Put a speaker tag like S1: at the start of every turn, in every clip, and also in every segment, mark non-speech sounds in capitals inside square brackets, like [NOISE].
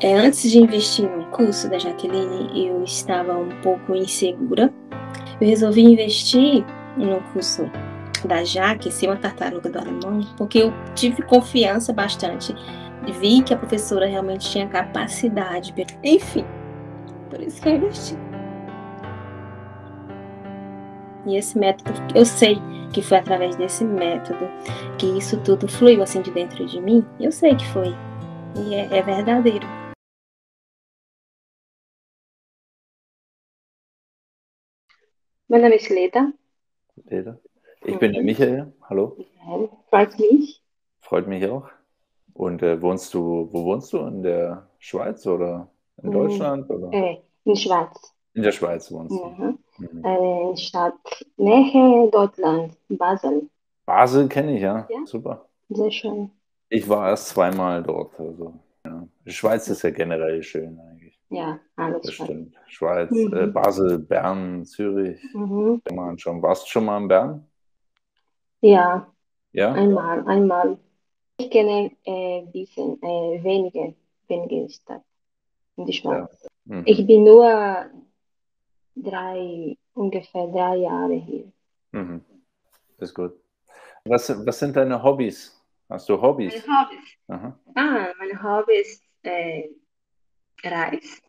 S1: É, antes de investir no curso da Jaqueline, eu estava um pouco insegura. Eu resolvi investir no curso da Jaque, ser uma tartaruga do alemão, porque eu tive confiança bastante. Vi que a professora realmente tinha capacidade. Enfim, por isso que eu investi. E esse método, eu sei que foi através desse método que isso tudo fluiu assim de dentro de mim. Eu sei que foi. E é, é verdadeiro.
S2: Mein Name ist Leda.
S3: Leda. Ich bin der Michael. Hallo.
S2: Freut mich.
S3: Freut mich auch. Und äh, wohnst du, wo wohnst du? In der Schweiz oder in Deutschland? Oder?
S2: Äh, in Schweiz.
S3: In der Schweiz wohnst du.
S2: Mhm. Äh, Stadt Nähe Deutschland, Basel.
S3: Basel kenne ich, ja.
S2: Ja.
S3: Super.
S2: Sehr schön.
S3: Ich war erst zweimal dort. Also, ja. Die Schweiz ist ja generell schön eigentlich.
S2: Ja, alles
S3: Das
S2: schön.
S3: stimmt. Schweiz,
S2: Mhm.
S3: äh, Basel, Bern, Zürich.
S2: Mhm.
S3: Mal anschauen. Warst du schon mal in Bern?
S2: Ja,
S3: Ja?
S2: einmal, einmal. Ich kenne äh, bisschen äh, wenige, wenige Stadt in der Schweiz.
S3: Mhm.
S2: Ich bin nur drei, ungefähr drei Jahre hier.
S3: Mhm. Ist gut. Was, was sind deine Hobbys? Hast du Hobbys?
S2: Hobbys.
S3: Aha.
S2: Ah, mein Hobby ist äh, Reis,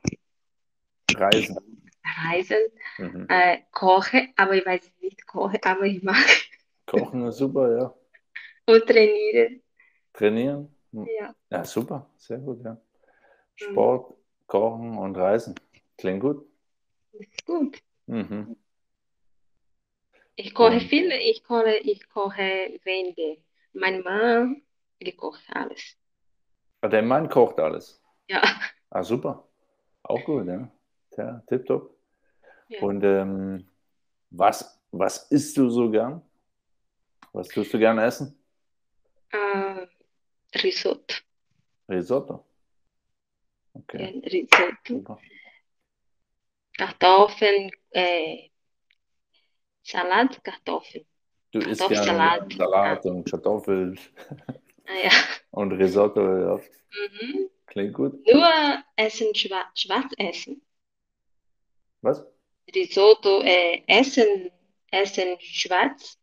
S3: Reisen.
S2: Reisen.
S3: Mhm.
S2: Äh, koche, aber ich weiß nicht koche, aber ich mache
S3: Kochen ist super, ja.
S2: [LAUGHS] und trainiere.
S3: Trainieren? Mhm.
S2: Ja. Mhm.
S3: Ja, super. Sehr gut, ja. Sport, Kochen und Reisen. Klingt gut.
S2: Gut.
S3: Mhm.
S2: Ich koche
S3: Und-
S2: viel, ich koche, ich koche wenige. Mein Mann, der kocht alles.
S3: Ah, Dein Mann kocht alles.
S2: Ja.
S3: Ah, super. Auch gut, ja. Tja, tipptopp.
S2: Ja.
S3: Und ähm, was, was isst du so gern? Was tust du gern essen?
S2: Äh, Risotto,
S3: Risotto. Okay,
S2: ein Risotto.
S3: super.
S2: Kartoffeln, äh, Salat, Kartoffeln.
S3: Du isst gern
S2: Kartoffelsalat.
S3: Salat und Kartoffeln
S2: Ah, ja.
S3: und Risotto. Ja.
S2: Mhm.
S3: Klingt gut.
S2: Nur essen, schwarz, schwarz essen.
S3: Was?
S2: Risotto, äh, essen, essen schwarz.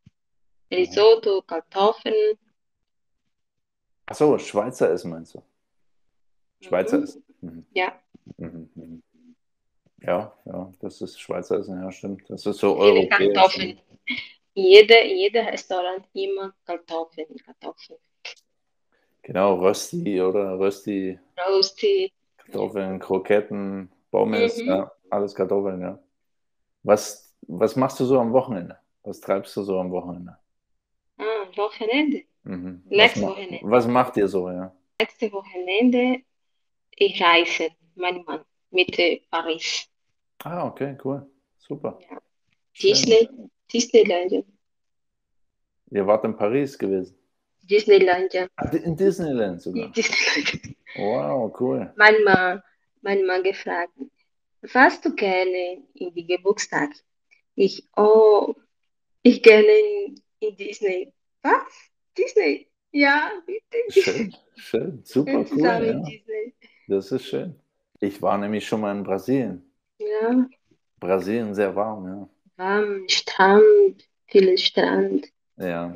S2: Risotto, Kartoffeln.
S3: Ach so, Schweizer Essen meinst du? Schweizer
S2: Mhm.
S3: Essen. Mhm.
S2: Ja.
S3: Mhm, mhm. Ja, ja, das ist Schweizer Essen, ja, stimmt. Das ist so
S2: Jede
S3: europäisch.
S2: Kartoffeln. Jede, jede Restaurant immer Kartoffeln, Kartoffeln.
S3: Genau, Rösti oder Rösti,
S2: Rosti,
S3: Kartoffeln, Kroketten, Pommes,
S2: Mhm.
S3: ja, alles Kartoffeln, ja. Was, was machst du so am Wochenende? Was treibst du so am Wochenende?
S2: ah, Wochenende.
S3: Mhm. Was
S2: Nächstes
S3: ma-
S2: Wochenende.
S3: Was macht ihr so, ja?
S2: Nächste Wochenende ich reise, mein Mann, mit äh, Paris.
S3: Ah, okay, cool. Super.
S2: Ja.
S3: Schön.
S2: Disney, Disneyland.
S3: Ihr wart in Paris gewesen.
S2: Disneyland. ja.
S3: Ah, di- In Disneyland sogar.
S2: Disneyland. [LAUGHS]
S3: Wow, cool.
S2: Mein Mann, mein Mann gefragt, was du gerne in die Geburtstag? Ich, oh, ich gerne in, in Disney. Was? Disney? Ja, [LAUGHS] bitte.
S3: Schön, schön. Super
S2: [LAUGHS] Und
S3: cool,
S2: zusammen in
S3: ja.
S2: Disney.
S3: Das ist schön. Ich war nämlich schon mal in Brasilien.
S2: Ja,
S3: Brasilien sehr warm, ja.
S2: am Strand, viele Strand.
S3: Ja,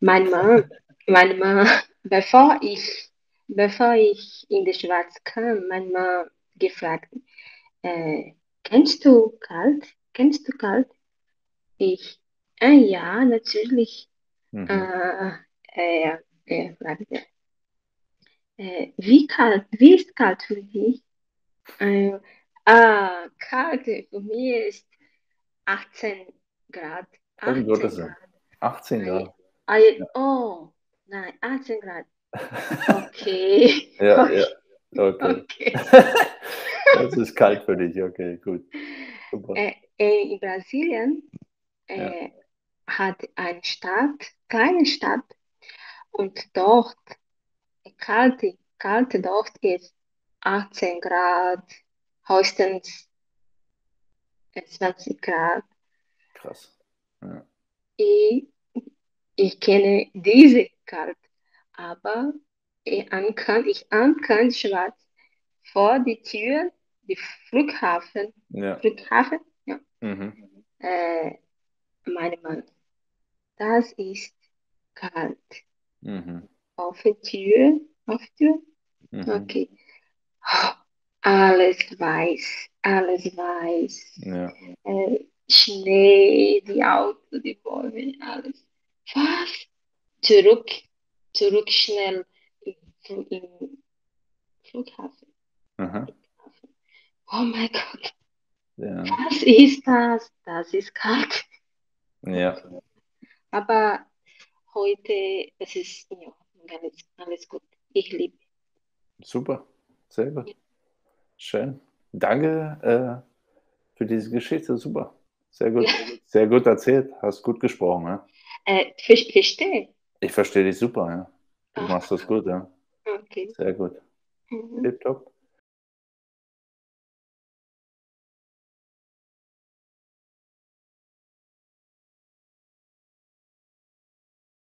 S2: Mein Mann, mein Mann, [LAUGHS] bevor ich, bevor ich in die Schweiz kam, mein Mann gefragt, äh, kennst du kalt? Kennst du kalt? Ich, äh, ja, natürlich.
S3: mhm.
S2: Äh, äh, äh, fragt er. Äh, wie kalt, wie ist kalt für dich? Äh, ah, kalt für mich ist 18 Grad.
S3: Um
S2: 18
S3: Gottes Willen.
S2: Grad.
S3: 18 Grad.
S2: Ah, ja. oh, nein, 18
S3: [LAUGHS]
S2: Grad. Okay. [LAUGHS]
S3: Ja,
S2: okay.
S3: ja. Okay.
S2: okay.
S3: [LAUGHS] Das ist kalt für dich. Okay, gut. Super.
S2: Äh, äh, in Brasilien äh, hat eine Stadt, kleine Stadt, und dort, kalte, kalte dort ist 18 Grad, höchstens 20 Grad.
S3: Krass.
S2: Ich, ich kenne diese Kalt, aber ich ankam, ich ankam Schweiz vor die Tür, die Flughafen,
S3: Ja.
S2: Flughafen,
S3: Mhm.
S2: äh, mein Mann, das ist kalt.
S3: Mhm.
S2: Auf die Tür, auf die Tür,
S3: Mhm.
S2: okay. Oh, Alles weiß, alles weiß.
S3: Ja.
S2: Äh, Schnee, die Autos, die Bäume, alles. Was? Zurück, zurück schnell im, Fl- im Flughafen.
S3: Aha.
S2: Oh mein Gott,
S3: Ja.
S2: was ist das? Das ist kalt.
S3: Ja.
S2: Aber heute, es ist ja, alles, alles gut. Ich liebe.
S3: Super. Sehr gut. Schön. Danke äh, für diese Geschichte. Super. Sehr gut. Sehr gut erzählt. Hast gut gesprochen. Ja?
S2: Äh, ver- verstehe.
S3: Ich verstehe dich super. Ja? Du machst das gut. Ja?
S2: Okay.
S3: Sehr gut.
S2: Mhm.
S3: Tipptopp.